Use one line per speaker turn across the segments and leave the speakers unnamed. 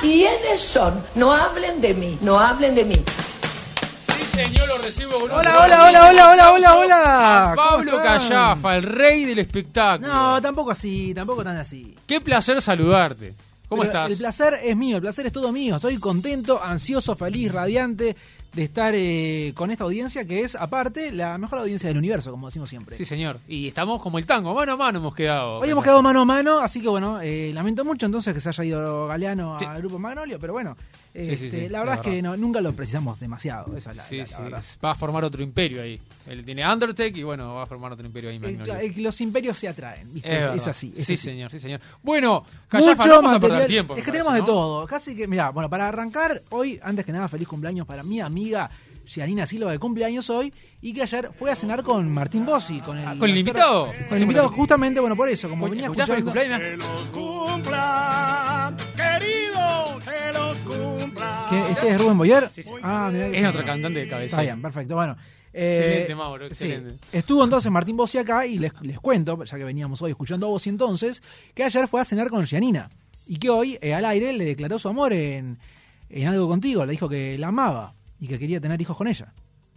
¿Quiénes son? No hablen de mí, no hablen de mí.
Señor, lo recibo con un
Hola, hola, hola, hola, hola, hola, hola.
Pablo
¿Cómo están?
Callafa, el rey del espectáculo.
No, tampoco así, tampoco tan así.
Qué placer saludarte. ¿Cómo
Pero
estás?
El placer es mío, el placer es todo mío. Estoy contento, ansioso, feliz, radiante de estar eh, con esta audiencia que es, aparte, la mejor audiencia del universo, como decimos siempre.
Sí, señor. Y estamos como el tango, mano a mano hemos quedado.
Hoy hemos quedado mano a mano, así que bueno, eh, lamento mucho entonces que se haya ido Galeano
Sí.
al grupo Magnolio, pero bueno,
sí,
este,
sí, la
la verdad es que
verdad.
no, nunca lo precisamos demasiado. Esa es la,
Sí,
la- la
sí.
verdad.
Va a formar otro imperio ahí. Él tiene Undertale y bueno, va a formar otro imperio ahí.
El-
Magnolia.
el- los imperios se atraen, ¿viste?
Es
Eh, Es,
verdad.
es así. Es
sí,
así.
señor, sí, señor. Bueno, Callafa, no vamos a perder tiempo.
Es
me
que
parece,
tenemos de
¿no?
todo. Casi que, mira, bueno, para arrancar, hoy, antes que nada, feliz cumpleaños para mi amiga Gianina Silva, de cumpleaños hoy, y que ayer fue a cenar con Martín Bossi, con el.
Ah, con el invitado.
Con el invitado, justamente, bueno, por eso, como
Escucha,
venía
escuchá, feliz
escuchando.
cumpleaños.
Que los cumplan, querido, que los cumplan.
Que este es Rubén Boyer.
Sí, sí.
Ah, mirá que-
Es otra cantante de cabeza.
Está bien, perfecto. Bueno. eh,
Excelente, Mauro, excelente.
Estuvo entonces Martín Bossi acá y les, les cuento, ya que veníamos hoy escuchando a Bossi entonces, que ayer fue a cenar con Gianina y que hoy eh, al aire le declaró su amor en, en algo contigo. Le dijo que la amaba y que quería tener hijos con ella.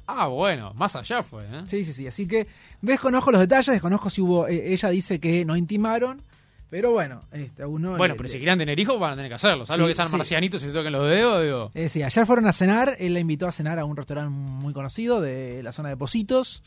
Ah, bueno, más allá fue, ¿eh?
Sí, sí, sí. Así que desconozco los detalles, desconozco si hubo. eh, ella dice que no intimaron, pero bueno, este, a uno.
Bueno,
le-
pero si
le-
quieran tener hijos van a tener que hacerlo. Salvo
Sí,
que sean
sí.
marcianitos y se toquen los dedos, digo.
Eh, sí, ayer fueron a cenar, él la invitó a cenar a un restaurante muy conocido de la zona de Positos.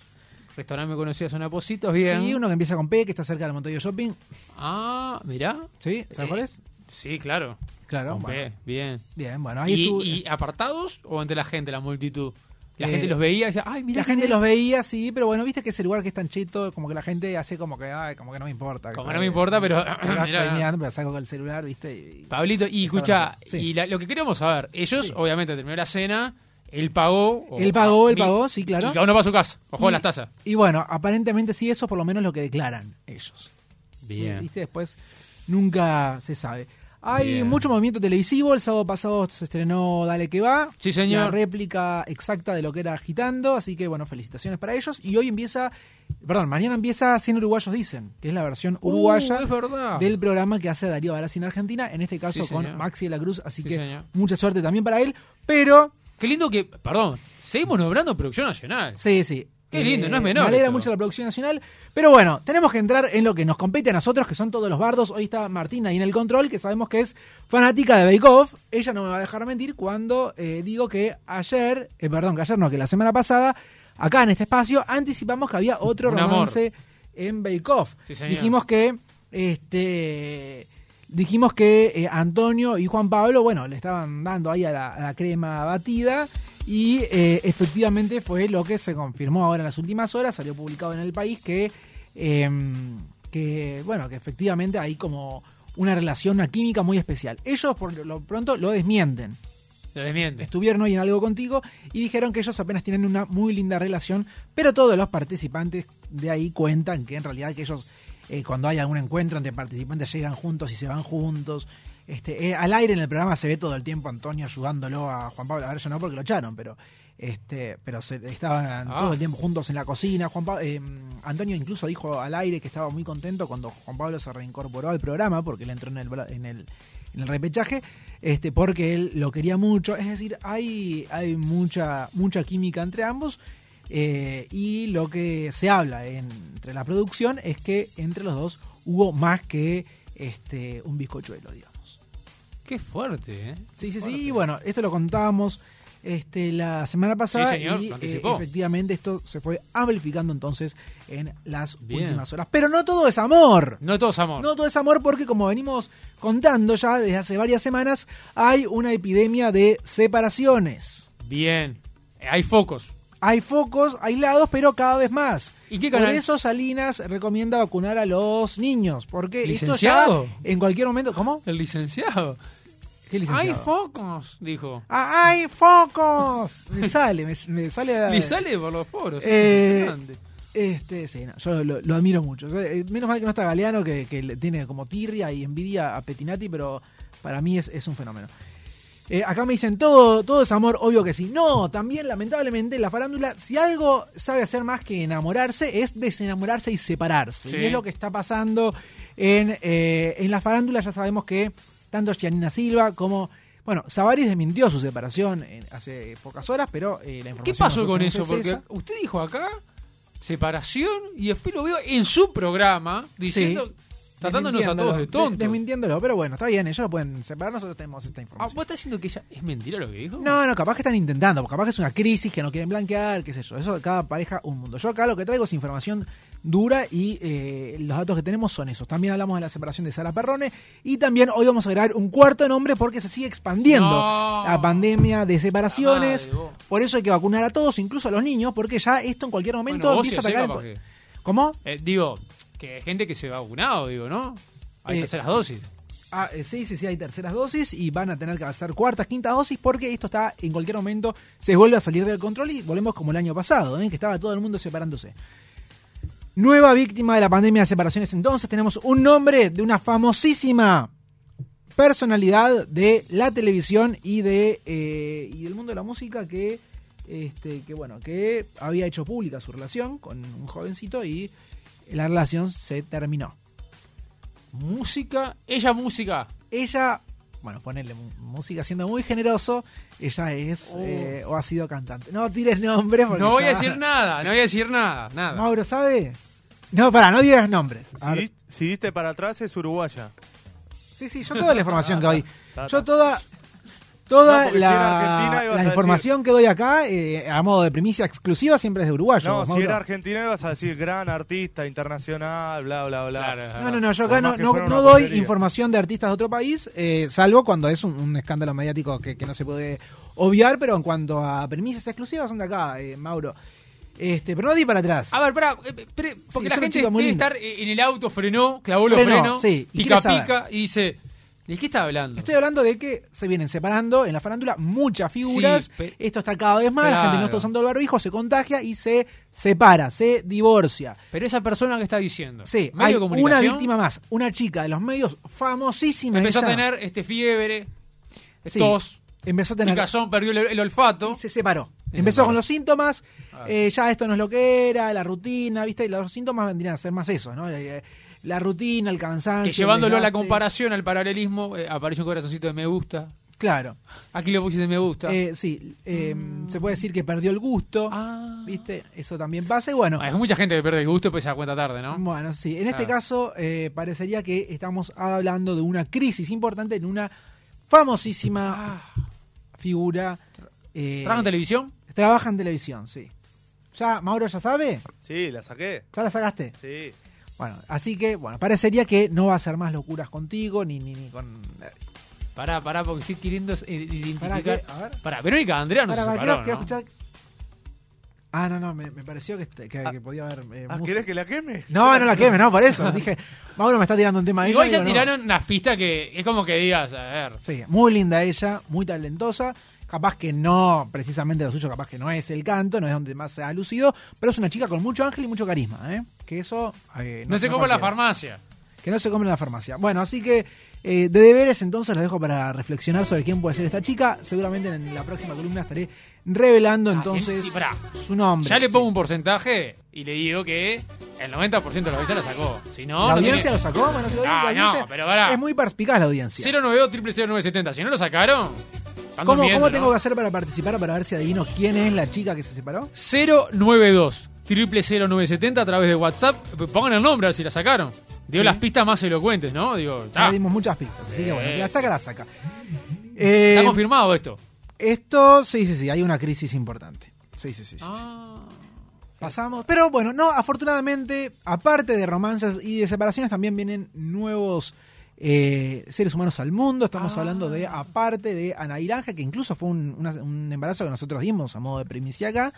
Restaurante me conocía zona Positos, bien.
Sí, uno que empieza con P, que está cerca del Montoya Shopping.
Ah, mirá.
¿Sí? ¿Sabes
Eh,
cuál es?
Sí, claro.
Claro,
Con
bueno,
P, bien.
bien, bueno, ahí
¿Y,
estuvo.
y apartados o ante la gente, la multitud? La
Eh,
gente los veía y decía, ay, mirá.
la gente
quién
los
es".
veía, sí, pero bueno, viste que ese lugar que es tan cheto, como que la gente hace como que, ay, como que no me importa. que
Como
está
no me
bien.
importa, pero-
Acá
mirá.
Estoy mirando, pero saco el celular, viste. y-
Pablito, y
Esa
escucha,
verdad, sí.
y la- lo que queremos saber, ellos,
Sí.
obviamente, terminó la cena, él pagó. o-
Él pagó, él
mi-
pagó, sí, claro.
Y cada uno va a su casa, ojo a
Y-
las tazas.
Y bueno, aparentemente sí, eso por lo menos es lo que declaran ellos. Viste, después nunca se sabe. Hay
Bien.
mucho movimiento televisivo. El sábado pasado se estrenó Dale que va.
Sí, señor.
La réplica exacta de lo que era agitando. Así que, bueno, felicitaciones para ellos. Y hoy empieza, perdón, mañana empieza 100 uruguayos dicen, que es la versión uruguaya
Uh, es verdad.
del programa que hace Darío Barassi en Argentina. En este caso
Sí,
con
señor.
Maxi de la Cruz. Así
Sí,
que
señor.
mucha suerte también para él. Pero,
Qué lindo que, perdón, seguimos nombrando producción nacional.
sí, sí. Eh,
Qué lindo, no es menor
Me alegra
esto.
mucho la producción nacional. Pero bueno, tenemos que entrar en lo que nos compete a nosotros, que son todos los bardos. Hoy está Martina ahí en el control, que sabemos que es fanática de Bake Off. Ella no me va a dejar mentir cuando eh, digo que ayer, eh, perdón, que ayer no, que la semana pasada, acá en este espacio, anticipamos que había otro
Un
romance en Bake Off.
Sí, señor.
dijimos que, este, dijimos que eh, Antonio y Juan Pablo, bueno, le estaban dando ahí a la, a la crema batida. Y eh, efectivamente fue lo que se confirmó ahora en las últimas horas, salió publicado en el país que, eh, que bueno, que efectivamente hay como una relación, una química muy especial. Ellos por lo pronto lo desmienten.
Lo desmiente.
Estuvieron hoy en algo contigo y dijeron que ellos apenas tienen una muy linda relación, pero todos los participantes de ahí cuentan que en realidad que ellos eh, cuando hay algún encuentro entre participantes llegan juntos y se van juntos. Este, eh, al aire en el programa se ve todo el tiempo Antonio ayudándolo a Juan Pablo. A ver, yo no porque lo echaron, pero este, pero se, estaban
Ah.
todo el tiempo juntos en la cocina. Juan Pa- eh, Antonio incluso dijo al aire que estaba muy contento cuando Juan Pablo se reincorporó al programa porque él entró en el, bra- en el, en el repechaje, este, porque él lo quería mucho. Es decir, hay, hay mucha, mucha química entre ambos. eh, y lo que se habla en- entre la producción es que entre los dos hubo más que este, un bizcochuelo, digamos.
Qué fuerte, ¿eh?
Sí, sí,
Fuerte.
sí. y Bueno, esto lo contábamos este, la semana pasada
señor,
y
lo
eh,
anticipó.
efectivamente esto se fue amplificando entonces en las
Bien.
últimas horas. Pero no todo es amor.
No todos amor.
No todo es amor porque como venimos contando ya desde hace varias semanas, hay una epidemia de separaciones.
Bien. Eh, Hay focos.
Hay focos aislados, pero cada vez más.
¿Y qué
Por
canal?
eso Salinas recomienda vacunar a los niños, porque
¿Licenciado?
esto ya en cualquier momento, ¿cómo?
El licenciado.
¿Qué licenciado?
¡Ay, focos! Dijo.
Ah, ¡Ay, focos! Me sale, me, me sale. a-
Y sale por los poros.
Eh,
impresionante.
Este, sí, no, yo lo, lo admiro mucho. Yo, eh, Menos mal que no está Galeano, que, que le tiene como tirria y envidia a Petinati, pero para mí es, es un fenómeno. Eh, acá me dicen, todo, todo es amor, obvio que sí. No, también lamentablemente la farándula, si algo sabe hacer más que enamorarse, es desenamorarse y separarse.
Sí.
Y es lo que está pasando en, eh, en la farándula. Ya sabemos que tanto Gianina Silva como... Bueno, Savaris desmintió su separación eh, hace pocas horas, pero eh, la información...
¿Qué pasó con
nosotros
eso?
es
Porque
esa.
usted dijo acá separación y después lo veo en su programa diciendo,
Sí.
tratándonos a todos de
Desmintiéndolo,
tontos.
de- desmintiéndolo, pero bueno, está bien, ellos lo pueden separar, nosotros tenemos esta
Ah,
información.
¿Vos estás diciendo que ella es mentira lo que dijo?
No, no, capaz que están intentando, porque capaz que es una crisis que no quieren blanquear, qué sé yo. Eso de cada pareja un mundo. Yo acá lo que traigo es información dura y eh, los datos que tenemos son esos. También hablamos de la separación de Sara Perrone y también hoy vamos a agregar un cuarto nombre porque se sigue expandiendo
No.
la pandemia de separaciones.
La madre, vos.
Por eso hay que vacunar a todos, incluso a los niños, porque ya esto en cualquier momento
Bueno, vos
empieza a
sí, sí,
atacar.
capaz
el-
que-
¿Cómo?
Eh, digo, que hay gente que se va vacunado, digo, ¿no? Hay
Eh,
terceras dosis.
Ah, eh, sí, sí, sí, hay terceras dosis y van a tener que hacer cuartas, quintas dosis porque esto está en cualquier momento, se vuelve a salir del control y volvemos como el año pasado, ¿eh? que estaba todo el mundo separándose. Nueva víctima de la pandemia de separaciones entonces, tenemos un nombre de una famosísima personalidad de la televisión y de eh, y del mundo de la música que este que bueno que había hecho pública su relación con un jovencito y la relación se terminó
Música, ella música.
ella, bueno, ponerle música siendo muy generoso, ella es
Oh.
eh, o ha sido cantante. No tires nombres porque
No voy
ya-
a decir nada, no voy a decir nada, nada.
Mauro, ¿sabe? No, pará, no digas nombres. A ver,
Si, dis- si diste para atrás es uruguaya.
sí, sí, yo toda la información que doy.
Ta, ta.
Yo toda toda
No, porque si era
la,
Argentina ibas
la
a
información que doy acá, eh, a modo de primicia exclusiva, siempre es de uruguayo.
No, si
Ah, Mauro.
era argentino ibas a decir gran artista internacional, bla, bla, bla.
Claro, claro.
No, no, no, yo acá
Por
no,
más que
no-
fuera
no
una
doy
porquería.
información de artistas de otro país, eh, salvo cuando es un, un escándalo mediático que, que no se puede obviar, pero en cuanto a premisas exclusivas son de acá, eh, Mauro. Este, pero no di para atrás.
A ver, pará, eh, espere, porque
es
la
un
gente
chico muy
debe
lindo.
estar eh, en el auto, frenó, clavó los
Frenó,
frenos,
sí, y
pica
quiere
pica y dice, ¿de qué está hablando?
Estoy hablando de que se vienen separando en la farándula muchas figuras.
Sí, pe-
Esto está cada vez más, la gente no
Claro.
está usando el barbijo, se contagia y se separa, se divorcia.
Pero esa persona que está diciendo,
Sí,
medio
hay
de
una
comunicación,
víctima más, una chica de los medios famosísima.
empezó a
ella.
tener este fiebre,
Sí,
tos,
empezó a
el
tener
cazón perdió el, el olfato.
Y se separó.
Se
Empezó
separó. Ah.
con los síntomas, eh, ya esto no es lo que era, la rutina, ¿viste? Y los síntomas vendrían a ser más eso, ¿no? La, la rutina, el cansancio.
Que
el
llevándolo a la
desgaste.
comparación, al paralelismo, eh, aparece un corazoncito de me gusta.
Claro.
Aquí le pusiste me gusta.
Eh, sí, eh, se puede decir que perdió el gusto,
Mm. Ah.
¿viste? Eso también pasa y bueno.
Ah, Hay mucha gente que pierde el gusto y después se da cuenta tarde, ¿no?
Bueno, sí. En este
Ah.
caso, eh, parecería que estamos hablando de una crisis importante en una famosísima figura. eh,
Ah. ¿Trabaja en televisión?
trabaja en televisión, sí. ¿Ya, Mauro, ya sabe?
Sí, la saqué.
¿Ya la sacaste?
Sí.
Bueno, así que, bueno, parecería que no va a ser más locuras contigo, ni, ni, ni con.
eh, Pará, pará, porque estoy queriendo eh,
Pará,
identificar.
¿qué? A ver.
Pará, Verónica Andrea no
Pará,
se
pará,
separó,
quiero- quiero
¿no?
escuchar- Ah, no, no, me, me pareció que, este- que- que podía haber. eh,
Ah,
música.
¿Querés que la queme?
No, no la queme, no, por eso. Dije, Mauro me está tirando un tema a ella.
Igual ya
digo, no.
tiraron unas pistas que es como que digas, a ver.
Sí, muy linda ella, muy talentosa. Capaz que no, precisamente lo suyo, capaz que no es el canto, no es donde más se ha lucido, pero es una chica con mucho ángel y mucho carisma, ¿eh? Que eso. eh,
No, se compra en la
cualquiera.
farmacia.
Que no se come en la farmacia. Bueno, así que eh, de deberes entonces los dejo para reflexionar sobre quién puede ser esta chica. Seguramente en la próxima columna estaré revelando
Ah,
entonces
sí, sí, pará.
su nombre.
ya le
Sí.
pongo un porcentaje y le digo que el 90% de las veces la sacó. Si no,
¿La
no
audiencia
tiene-
lo sacó? Bueno, si lo
Ah,
digo, la
no,
audiencia-
pero pará.
Es muy perspicaz la audiencia.
092-000970. Si no lo sacaron, están
¿Cómo,
durmiendo,
cómo
¿no?
tengo que hacer para participar para ver si adivino quién es la chica que se separó?
092 000970 a través de WhatsApp. Pongan el nombre a ver si la sacaron. Dio
Sí.
las pistas más elocuentes, ¿no? Digo,
Ya
está,
dimos muchas pistas, así que bueno,
Ah. Eh.
que la saca, la saca. Eh,
está confirmado esto.
esto, sí, sí, sí, hay una crisis importante. Sí, sí, sí. sí, sí.
Ah,
Pasamos. Pero bueno, no, afortunadamente, aparte de romances y de separaciones, también vienen nuevos eh, seres humanos al mundo. Estamos
Ah.
hablando de, aparte de Ana Iranja, que incluso fue un, una- un embarazo que nosotros dimos a modo de primicia acá.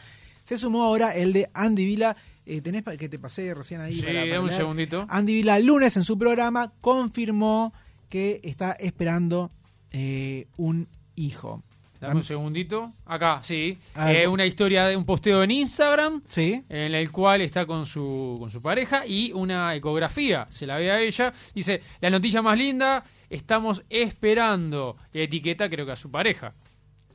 Se sumó ahora el de Andy Vila. Eh, tenés pa- que te pasé recién ahí.
sí,
para- Ah, para
dame un
leer.
segundito.
Andy Vila lunes en su programa confirmó que está esperando eh, un hijo.
Dame un segundito. Acá, sí.
A ver.
Eh, una historia de un posteo en Instagram
Sí.
en el cual está con su, con su pareja y una ecografía. Se la ve a ella. Dice, la noticia más linda, estamos esperando. Y etiqueta creo que a su pareja.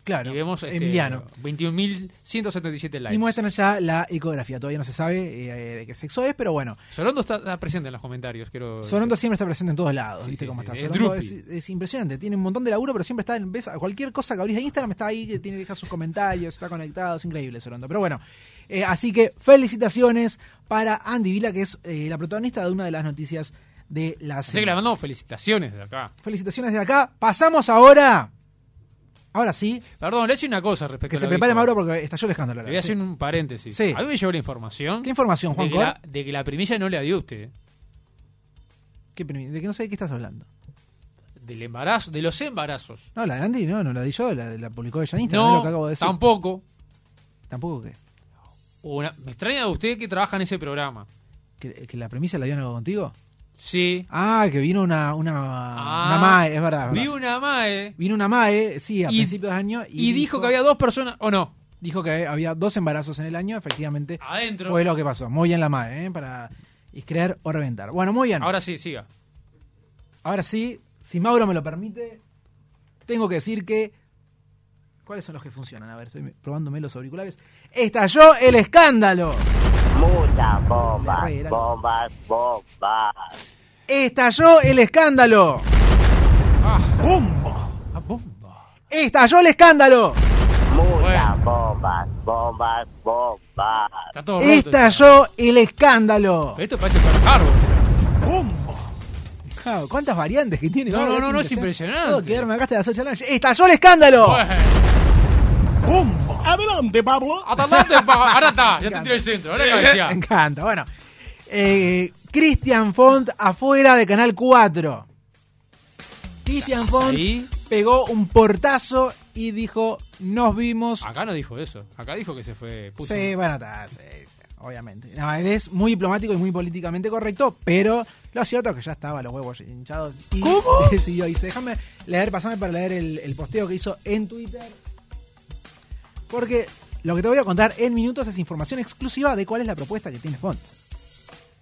Claro,
y vemos este,
Emiliano.
21.177 likes.
Y muestran ya la ecografía. Todavía no se sabe eh, de qué sexo es, pero bueno.
Sorondo está, está presente en los comentarios. Quiero
Sorondo siempre está presente en todos lados,
Sí,
¿viste
sí,
cómo
sí.
está?
Es
Sorondo
Drupi.
es, es impresionante, tiene un montón de laburo, pero siempre está en. ves, cualquier cosa que abrís de Instagram está ahí, que tiene que dejar sus comentarios, está conectado, es increíble Sorondo. Pero bueno, eh, así que felicitaciones para Andy Vila, que es eh, la protagonista de una de las noticias de la
Así que le
semana.
mandamos felicitaciones de acá.
Felicitaciones de acá. Pasamos ahora. Ahora sí,
Perdón, le hice una cosa respecto
que
a
se
lo
prepare
dijo.
Mauro porque estalló el escándalo.
Le voy a hacer un paréntesis.
Sí.
A mí me llegó la información
¿Qué información,
de
Juan
que, la, de que la primicia no le dio a usted.
¿Qué, permi- ¿De qué no sé de qué estás hablando?
Del embarazo, de los embarazos.
No, la de Andy no, no la di yo, la, la publicó ella en Instagram, es
No,
lo que acabo de decir.
tampoco.
Tampoco que.
Una- me extraña de usted que trabaja en ese programa.
¿Que, que la premisa la dio algo contigo?
Sí.
Ah, que vino una, una,
Ah,
una MAE, es verdad. es
Vi
verdad.
una mae
Vino una MAE, sí, a
Y-
principios de año.
y, dijo que había dos personas, o no,
Dijo que había dos embarazos en el año, efectivamente.
adentro.
Fue lo que pasó. Muy bien la MAE, ¿eh? Para creer o reventar. Bueno, muy bien. Ahora,
Ahora sí, siga.
sí, si Mauro me lo permite, tengo que decir que. ¿Cuáles son los que funcionan? A ver, estoy probándome los auriculares. ¡Estalló el escándalo!
Muchas bombas,
Le regaló.
bombas, bombas.
¡Estalló el escándalo!
Ah,
¡Bomba!
ah, bomba.
¡Estalló el escándalo!
Muchas bombas, bombas, bombas.
Está todo roto.
Estalló el escándalo.
Pero esto parece para Harvard.
Claro, ¿Cuántas variantes que tiene?
No, no, no, no, es impresionante.
Puedo quedarme acá hasta las 8 de la noche. ¡Estalló el escándalo!
Bueno,
Adelante, Pablo.
Atalante, pa- ahora está, ya te tiré el centro, ahora
Me
cabecea.
encanta. Bueno, eh, Cristian Font afuera de Canal 4. Cristian Font
Ahí.
pegó un portazo y dijo: Nos vimos.
Acá no dijo eso, acá dijo que se fue. puso-
Sí, bueno, está, sí, obviamente. No, él es muy diplomático y muy políticamente correcto, pero lo cierto es que ya estaba los huevos hinchados y decidió irse. Déjame leer, pasame para leer el, el posteo que hizo en Twitter. Porque lo que te voy a contar en minutos es información exclusiva de cuál es la propuesta que tiene Font.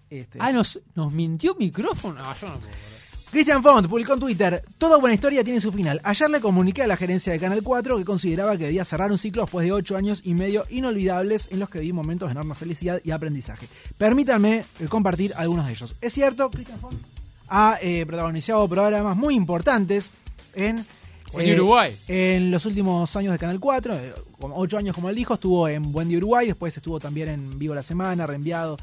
Este,
Ah, nos, nos mintió micrófono. Ah, yo no puedo. creer.
Christian Font publicó en Twitter, toda buena historia tiene su final. Ayer le comuniqué a la gerencia de Canal 4 que consideraba que debía cerrar un ciclo después de ocho años y medio inolvidables en los que vi momentos de enorme felicidad y aprendizaje. Permítanme eh, compartir algunos de ellos. Es cierto, Christian Font ha eh, protagonizado programas muy importantes en... eh,
Buen Día Uruguay.
En los últimos años de Canal 4, eh, como ocho años como él dijo, estuvo en Buen Día Uruguay, después estuvo también en Vivo la Semana, reenviado.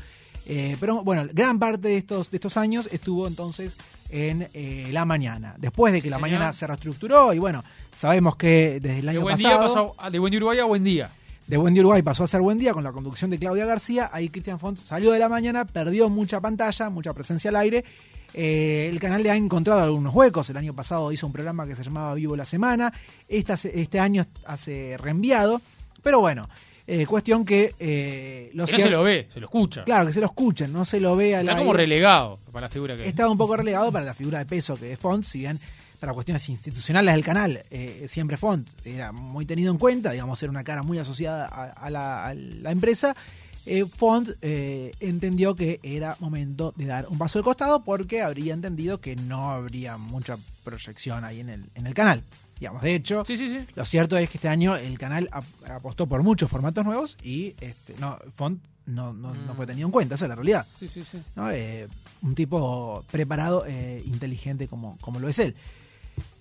Eh, pero bueno, gran parte de estos, de estos años estuvo entonces en eh, La Mañana. Después de que La
Señor.
Mañana se reestructuró y bueno, sabemos que desde el
De
año
buen día
pasado,
pasó a- de buen día Uruguay a buen día.
de Buen Día Uruguay pasó a ser Buen Día con la conducción de Claudia García. Ahí Cristian Font salió de La Mañana, perdió mucha pantalla, mucha presencia al aire. Eh, el canal le ha encontrado algunos huecos. El año pasado hizo un programa que se llamaba Vivo la Semana. Esta se- este año hace reenviado. Pero bueno, eh, cuestión que... eh, lo
Que no se
cier-
lo ve, se lo escucha.
Claro, que se lo escuchen, no se lo vea.
Está como relegado para la figura que
Estaba un poco relegado para la figura de peso que es Font, si bien para cuestiones institucionales del canal, eh, siempre Font era muy tenido en cuenta, digamos, era una cara muy asociada a, a la, a la empresa. eh, Font eh, entendió que era momento de dar un paso al costado porque habría entendido que no habría mucha proyección ahí en el, en el canal. Digamos, de hecho,
Sí, sí, sí.
lo cierto es que este año el canal ap- apostó por muchos formatos nuevos y este, no, Font no, no- no fue tenido en cuenta, esa es la realidad.
Sí, sí, sí.
¿no? Eh, un tipo preparado, eh, inteligente como, como lo es él.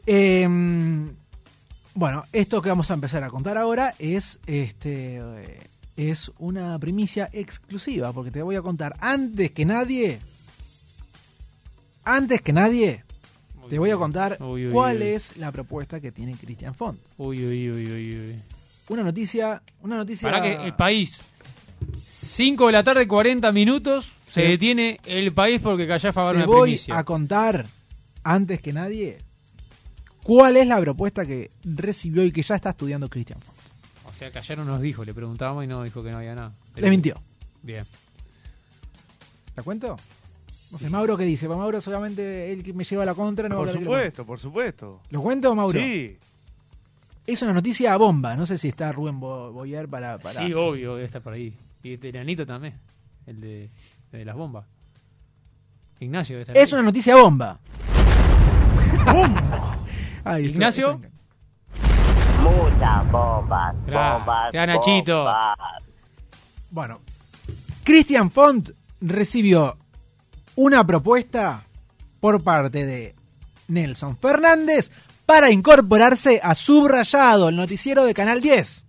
Eh, bueno, esto que vamos a empezar a contar ahora es, este, eh, es una primicia exclusiva, porque te voy a contar antes que nadie, antes que nadie,
Muy
te voy a
bien.
contar
Uy, uy,
cuál
uy.
es la propuesta que tiene Christian Font.
Uy, uy, uy, uy, uy.
Una noticia, una noticia...
Para que eh, el país. 5 de la tarde, 40 minutos. Se
Sí.
detiene el país porque Callafa va a dar
Te
una
voy
primicia.
a contar, antes que nadie, cuál es la propuesta que recibió y que ya está estudiando Christian Font.
O sea que ayer no nos dijo, le preguntábamos y no dijo que no había nada.
Le mintió.
Bien.
¿La cuento? No sé, Mauro, ¿qué dice? Pues Mauro solamente él que me lleva la contra. No va a
por
hablar de lo-
supuesto, por supuesto.
¿Lo cuento, Mauro?
Sí.
Es una noticia bomba. No sé si está Rubén Bo- Boyer para. para...
Sí, obvio, debe estar por ahí. Y este enanito también, el de, el de las bombas. Ignacio debe estar
Es
ahí.
una noticia bomba. Ay, esto-
Ignacio,
Muchas bombas.
Gra-
Bombas.
gra- Nachito.
bombas.
Bueno, Christian Font recibió una propuesta por parte de Nelson Fernández para incorporarse a Subrayado, el noticiero de Canal 10.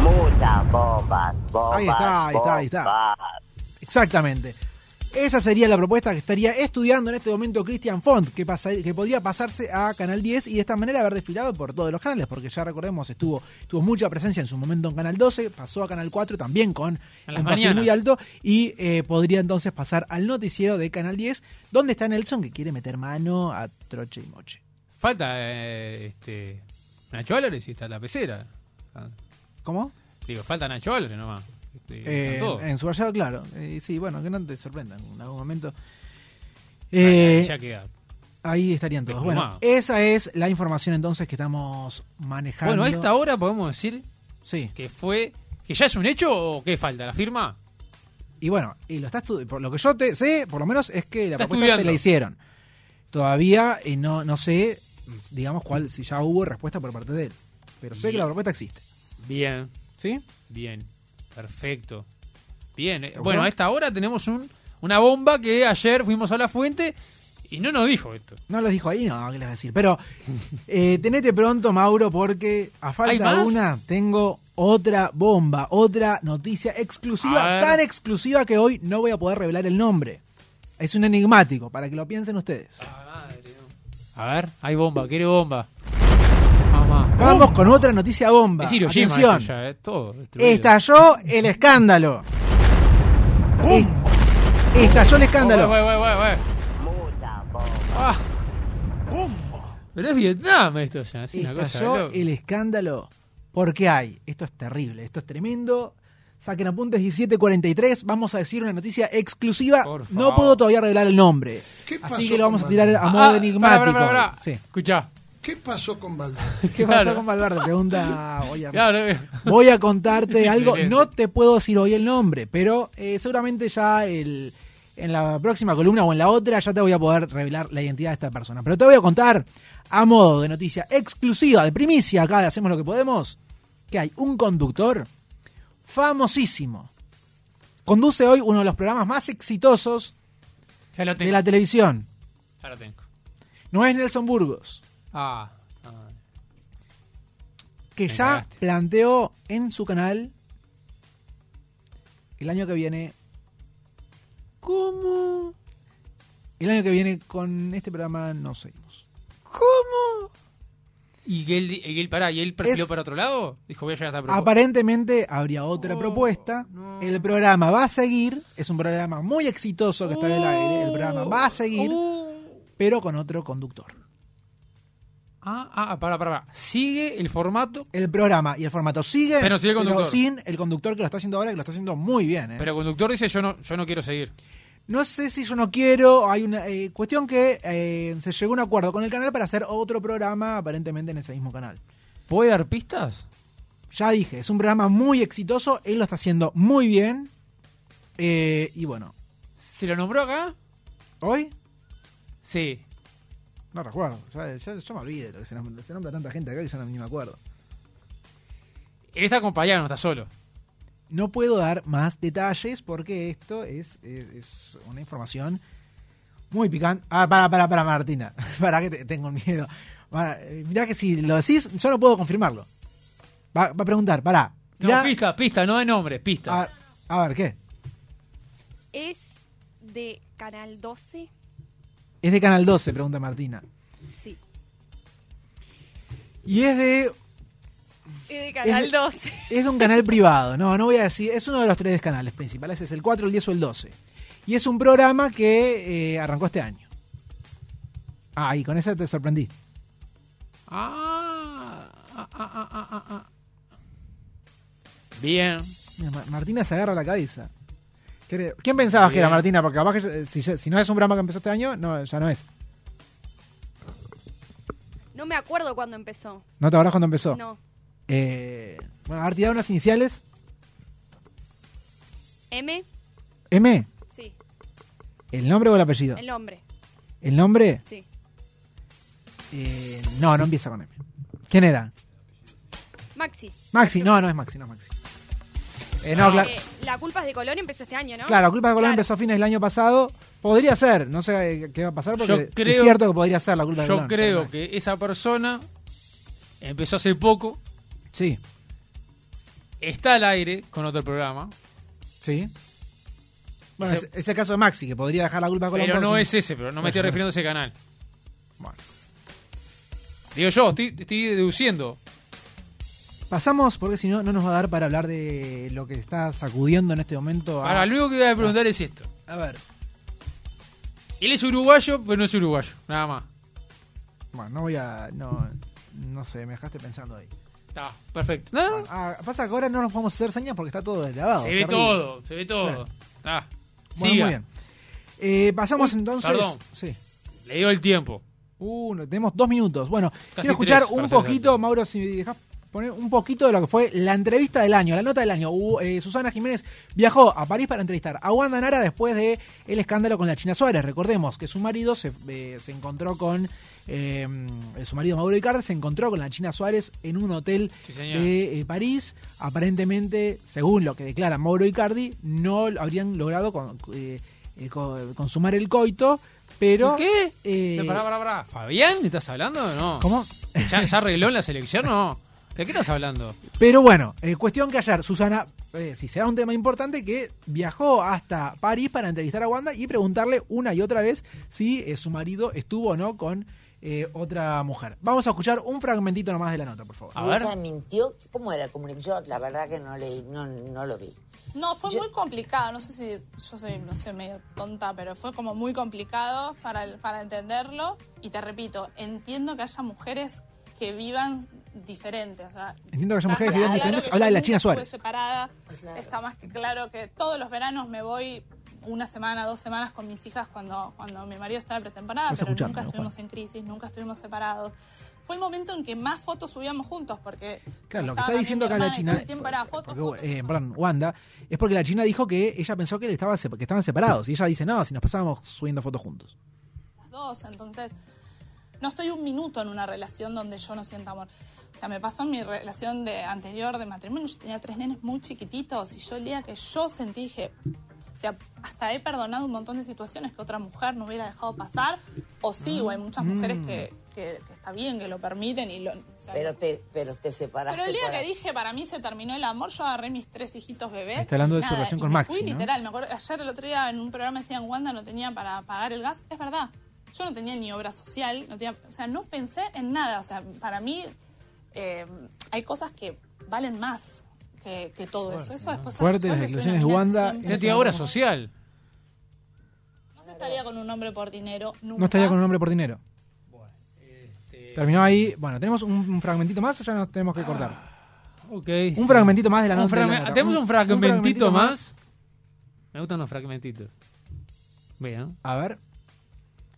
Muchas bombas. Bombas.
Ahí está, ahí está, ahí está.
bombas.
Exactamente. Esa sería la propuesta que estaría estudiando en este momento Christian Font, que, pasa- que podía pasarse a Canal 10 y de esta manera haber desfilado por todos los canales, porque ya recordemos, estuvo tuvo mucha presencia en su momento en Canal 12, pasó a Canal 4 también con
las
un perfil
mañanas.
muy alto y eh, podría entonces pasar al noticiero de Canal 10, donde está Nelson que quiere meter mano a troche y moche.
falta eh, este, Nacho Álvarez y está la pecera. Ah,
¿Cómo?
Digo, falta Nacho Álvarez nomás. Este,
Eh,
están todos.
en su rayado, claro. Eh, sí, bueno, que no te sorprendan en algún momento.
Ahí- ahí
Eh,
ya queda.
Ahí estarían todos. Bueno,
Desplumado.
esa es la información entonces que estamos manejando.
Bueno, a esta hora podemos decir
Sí.
que fue. ¿Que ya es un hecho o qué falta? ¿La firma?
Y bueno, y lo está estu- por lo que yo te sé, por lo menos es que la
Está
propuesta se
estudiando.
la hicieron. Todavía eh, no, no sé, digamos, cuál, si ya hubo respuesta por parte de él. Pero sé que la propuesta existe.
Bien,
¿Sí?
bien. Perfecto. Bien. eh,
gustó?
Bueno, a esta hora tenemos un, una bomba que ayer fuimos a la fuente y no nos dijo esto.
No los dijo ahí, no, qué les voy a decir. Pero eh, tenete pronto, Mauro, porque a
¿Hay
falta de
más?
una tengo otra bomba, otra noticia
A
exclusiva,
ver.
tan exclusiva que hoy no voy a poder revelar el nombre. Es un enigmático, para que lo piensen ustedes.
Ah. A ver, hay bomba, quiere bomba. Mamá.
Vamos con otra noticia bomba.
Es Hiroshima
Atención.
esto ya, eh, todo destruido.
Estalló el escándalo. Est- Estalló el
Oh,
escándalo.
güey, güey, güey, güey.
Muchas bombas.
Ah. Pero es Vietnam esto ya, es una cosa. de
Estalló
loco.
el escándalo. Porque hay. Esto es terrible, esto es tremendo. Saquen apuntes 1743. Vamos a decir una noticia exclusiva.
Por favor.
No puedo todavía revelar el nombre.
¿Qué
Así
pasó
que lo vamos a
con
tirar a
Ah,
modo
ah,
enigmático.
pará, pará, pará.
Sí.
Escuchá.
¿Qué pasó con Valdés?
¿Qué
Claro.
pasó con Valverde? Pregunta Boyer.
Claro, eh.
Voy a contarte
Sí,
algo.
excelente.
No te puedo decir hoy el nombre, pero eh, seguramente ya el, en la próxima columna o en la otra ya te voy a poder revelar la identidad de esta persona. Pero te voy a contar a modo de noticia exclusiva, de primicia, acá de hacemos lo que podemos, que hay un conductor famosísimo. Conduce hoy uno de los programas más exitosos
Ya lo
de
tengo.
la televisión.
Ya lo tengo.
No es Nelson Burgos.
Ah, ah.
que
Me
ya
cagaste.
planteó en su canal el año que viene.
¿Cómo?
El año que viene con este programa no seguimos.
¿Cómo? ¿Y que él, y que él- pará, ¿y él perfiló
Es-
para otro lado? Dijo, voy a llegar a esta propuesta.
Aparentemente habría otra
Oh,
propuesta.
no.
El programa va a seguir. Es un programa muy exitoso que está en el aire. El programa va a seguir,
Oh.
pero con otro conductor.
Ah, ah, pará, pará, pará. Sigue el formato,
El programa y el formato sigue,
Pero sigue el conductor.
sin el conductor que lo está haciendo ahora, que lo está haciendo muy bien. ¿eh?
pero el conductor dice, yo no, yo no quiero seguir.
No sé si yo no quiero. Hay una eh, cuestión que eh, se llegó a un acuerdo con el canal para hacer otro programa aparentemente en ese mismo canal.
¿Puede dar pistas?
Ya dije, es un programa muy exitoso. Él lo está haciendo muy bien. Eh, y bueno,
¿Se lo nombró acá?
hoy
Sí.
no recuerdo. Ya, ya- yo me olvidé de lo que se nombra, se nombra tanta gente acá que ya no, ni me acuerdo.
Él está acompañado, no está solo.
No puedo dar más detalles porque esto es, es- es una información muy picante. Ah, para, para, para, Martina. Para que te- tengo miedo. Para, eh, mirá que si lo decís, yo no puedo confirmarlo. Va, va a preguntar, para.
No, pista, pista, no de nombre, pista.
a, a ver, ¿qué?
¿Es de Canal 12?
Es de Canal 12, pregunta Martina.
Sí.
Y es de
¿Es de
Canal
Canal
Es de-
12?
Es de un canal privado, no, no voy a decir, es uno de los tres canales principales, es el 4, el 10 o el 12. Y es un programa que eh, arrancó este año. Ah, y con esa te sorprendí.
Ah, ah, ah, ah, ah, ah. Bien.
Mira, Ma- Martina se agarra la cabeza. ¿Qué- ¿Quién pensabas que era
Bien.
Martina? Porque capaz que eh, si, si no es un programa que empezó este año, no, ya no es.
No me acuerdo cuándo empezó.
¿No te acordás cuando empezó?
No.
Eh, bueno, a ver, tirá unas iniciales.
M,
M,
sí.
¿el nombre o el apellido?
El nombre,
¿El nombre?
sí.
Eh, no, no empieza con M. ¿Quién era?
Maxi.
Maxi, no, no es Maxi, no es Maxi. Eh, no, cla-
Eh, la culpa es de Colón empezó este año, ¿no?
claro, Culpa de Colón
Claro.
empezó a fines del año pasado. Podría ser, no sé eh, qué va a pasar, porque
Yo creo-
es cierto que podría ser la culpa de
Yo
Colón.
creo que esa persona empezó hace poco,
Sí,
está al aire con otro programa,
sí. Bueno,
Ese-
es, es el caso de Maxi, que podría dejar la culpa de Colón.
pero
por
no
su-
es ese, pero no me
Bueno,
estoy
por
refiriendo a ese canal. Digo yo, estoy, estoy deduciendo.
eso. Pasamos, porque si no, no nos va a dar para hablar de lo que está sacudiendo en este momento. a-
Ahora, lo único que voy a preguntar es esto.
A ver.
Él es uruguayo, pero no es uruguayo, nada más.
Bueno, no voy a. No, no sé, me dejaste pensando ahí.
Está, perfecto. No, no,
Ah, pasa que ahora no nos podemos hacer señas porque está todo deslavado.
se ve
Ah, terrible.
todo, se ve todo.
Claro.
Está.
Bueno,
Siga.
muy bien. Eh, pasamos entonces.
perdón.
Sí.
Le dio el tiempo.
Uh, no, tenemos dos minutos. Bueno,
Casi
quiero escuchar
tres, para
un
ser
poquito, Mauro, si dejas poner un poquito de lo que fue la entrevista del año, la nota del año. Hubo, eh, Susana Jiménez viajó a París para entrevistar a Wanda Nara después de el escándalo con la China Suárez. Recordemos que su marido se, eh, se encontró con eh, su marido Mauro Icardi se encontró con la China Suárez en un hotel
Sí, señor.
de eh, París. Aparentemente, según lo que declara Mauro Icardi, no lo habrían logrado con- eh, eh, co- consumar el coito, pero...
¿Qué?
eh,
No, pará, pará, pará. ¿Fabián te estás hablando o no?
¿Cómo?
¿Ya, ya arregló en la selección o no? ¿De qué estás hablando?
Pero bueno, eh, cuestión que ayer Susana, eh, si será un tema importante, que viajó hasta París para entrevistar a Wanda y preguntarle una y otra vez si eh, su marido estuvo o no con eh, otra mujer. Vamos a escuchar un fragmentito nomás de la nota, por favor.
Ah.
A ver.
Ella mintió. ¿Cómo era la comunicación? Yo, la verdad que no leí, no, no lo vi.
No, fue
Yo-
muy complicado. No sé si yo soy, no sé, medio tonta, pero fue como muy complicado para, el- para entenderlo. Y te repito, entiendo que haya mujeres que vivan diferentes. O sea,
Entiendo que haya
está
mujeres que vivan
claro
diferentes.
yo
Habla de la
nunca
China
estuve
Suárez.
separada. Está más que claro que todos los veranos me voy una semana, dos semanas con mis hijas cuando, cuando mi marido estaba en pretemporada,
Vas a
pero
escucharme,
nunca
¿no,
estuvimos en crisis, nunca estuvimos separados. Fue el momento en que más fotos subíamos juntos porque...
Claro,
estaba
lo que está
también
diciendo
mi
acá la
hermana y
China-
todo el tiempo era fotos,
Porque, eh, perdón, Wanda, es porque la China dijo que ella pensó que, le estaba sepa- que estaban separados y ella dice, no, si nos pasábamos subiendo fotos juntos.
las dos. Entonces, no estoy un minuto en una relación donde yo no sienta amor. O sea, me pasó en mi relación de, anterior de matrimonio. Yo tenía tres nenes muy chiquititos y yo el día que yo sentí, dije, o sea, hasta he perdonado un montón de situaciones que otra mujer no hubiera dejado pasar. O sí, o hay muchas mujeres que, que- que está bien, que lo permiten y lo... o sea,
Pero te, pero te separaste.
pero el día
para-
que dije, para mí se terminó el amor, yo agarré mis tres hijitos bebés.
Está hablando de su
nada,
relación
y
con
me
Maxi,
Fui
¿no?
literal, me acuerdo, ayer el otro día en un programa decían, Wanda no tenía para pagar el gas. Es verdad, yo no tenía ni obra social, no tenía, o sea, no pensé en nada. O sea, para mí eh, hay cosas que valen más que, que todo eso. Eso después
Fuertes
después
declaraciones
soy una
de
mina que
Wanda. este
siempre-
No tiene obra social.
No se estaría con un hombre por dinero nunca.
No estaría con un hombre por dinero.
este,
Terminó ahí. Bueno, ¿tenemos un, un fragmentito más o ya nos tenemos que cortar?
Ok.
Un fragmentito más de la
Ah. Un
nota. de la
fragme-
nota.
Tenemos un, fragmentito,
fragmentito
más. Me gustan los fragmentitos. Vean.
A ver.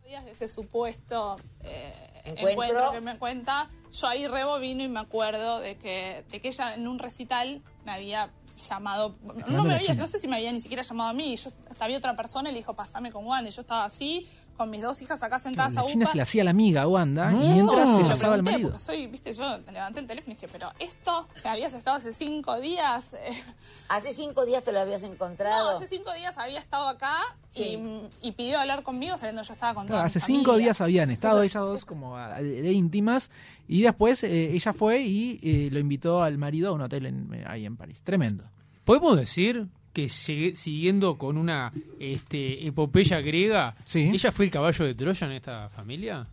días de ese supuesto eh,
Encuentro.
encuentro. que me cuenta, yo ahí rebobino y me acuerdo de que, de que ella en un recital me había llamado,
hablando
no,
de
me
la
había,
China.
no sé si me había ni siquiera llamado a mí, y yo hasta había otra persona y le dijo, pasame con Wanda, y yo estaba así, con mis dos hijas acá sentadas
La
a
China
UPA.
se la hacía a la amiga a Wanda y
No,
mientras se
lo
la pasaba al
pregunté,
marido.
porque Soy, viste, yo levanté el teléfono y dije, pero esto, que habías estado hace cinco días.
Hace cinco días te lo habías encontrado.
No, hace cinco días había estado acá
Sí.
y, y pidió hablar conmigo, sabiendo yo estaba con
Claro,
toda mi
hace cinco
familia.
días habían estado
Entonces,
ellas dos como a- de íntimas y después eh, ella fue y eh, lo invitó al marido a un hotel en- eh, ahí en París. Tremendo.
¿Podemos decir que sigue- siguiendo con una este, epopeya griega, ella fue el caballo de Troya en esta familia?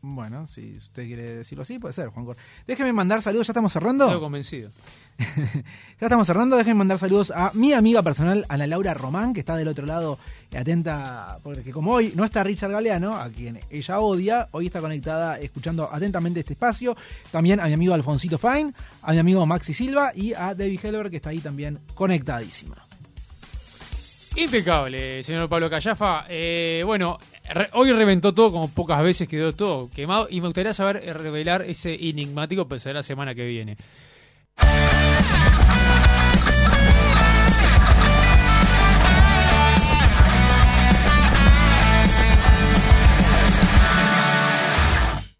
Bueno, si usted quiere decirlo así, puede ser, Juan Cor. Déjeme mandar saludos, ya estamos cerrando.
Estoy convencido.
Ya estamos cerrando, déjenme mandar saludos a mi amiga personal, Ana Laura Román, que está del otro lado eh, atenta, porque como hoy no está Richard Galeano, a quien ella odia, hoy está conectada escuchando atentamente este espacio. También a mi amigo Alfonsito Fine, a mi amigo Maxi Silva y a Debbie Helber, que está ahí también conectadísima.
Impecable, señor Pablo Callafa. Eh, bueno, re- hoy reventó todo como pocas veces quedó todo quemado pues, y me gustaría saber eh, revelar ese enigmático pensar la semana que viene.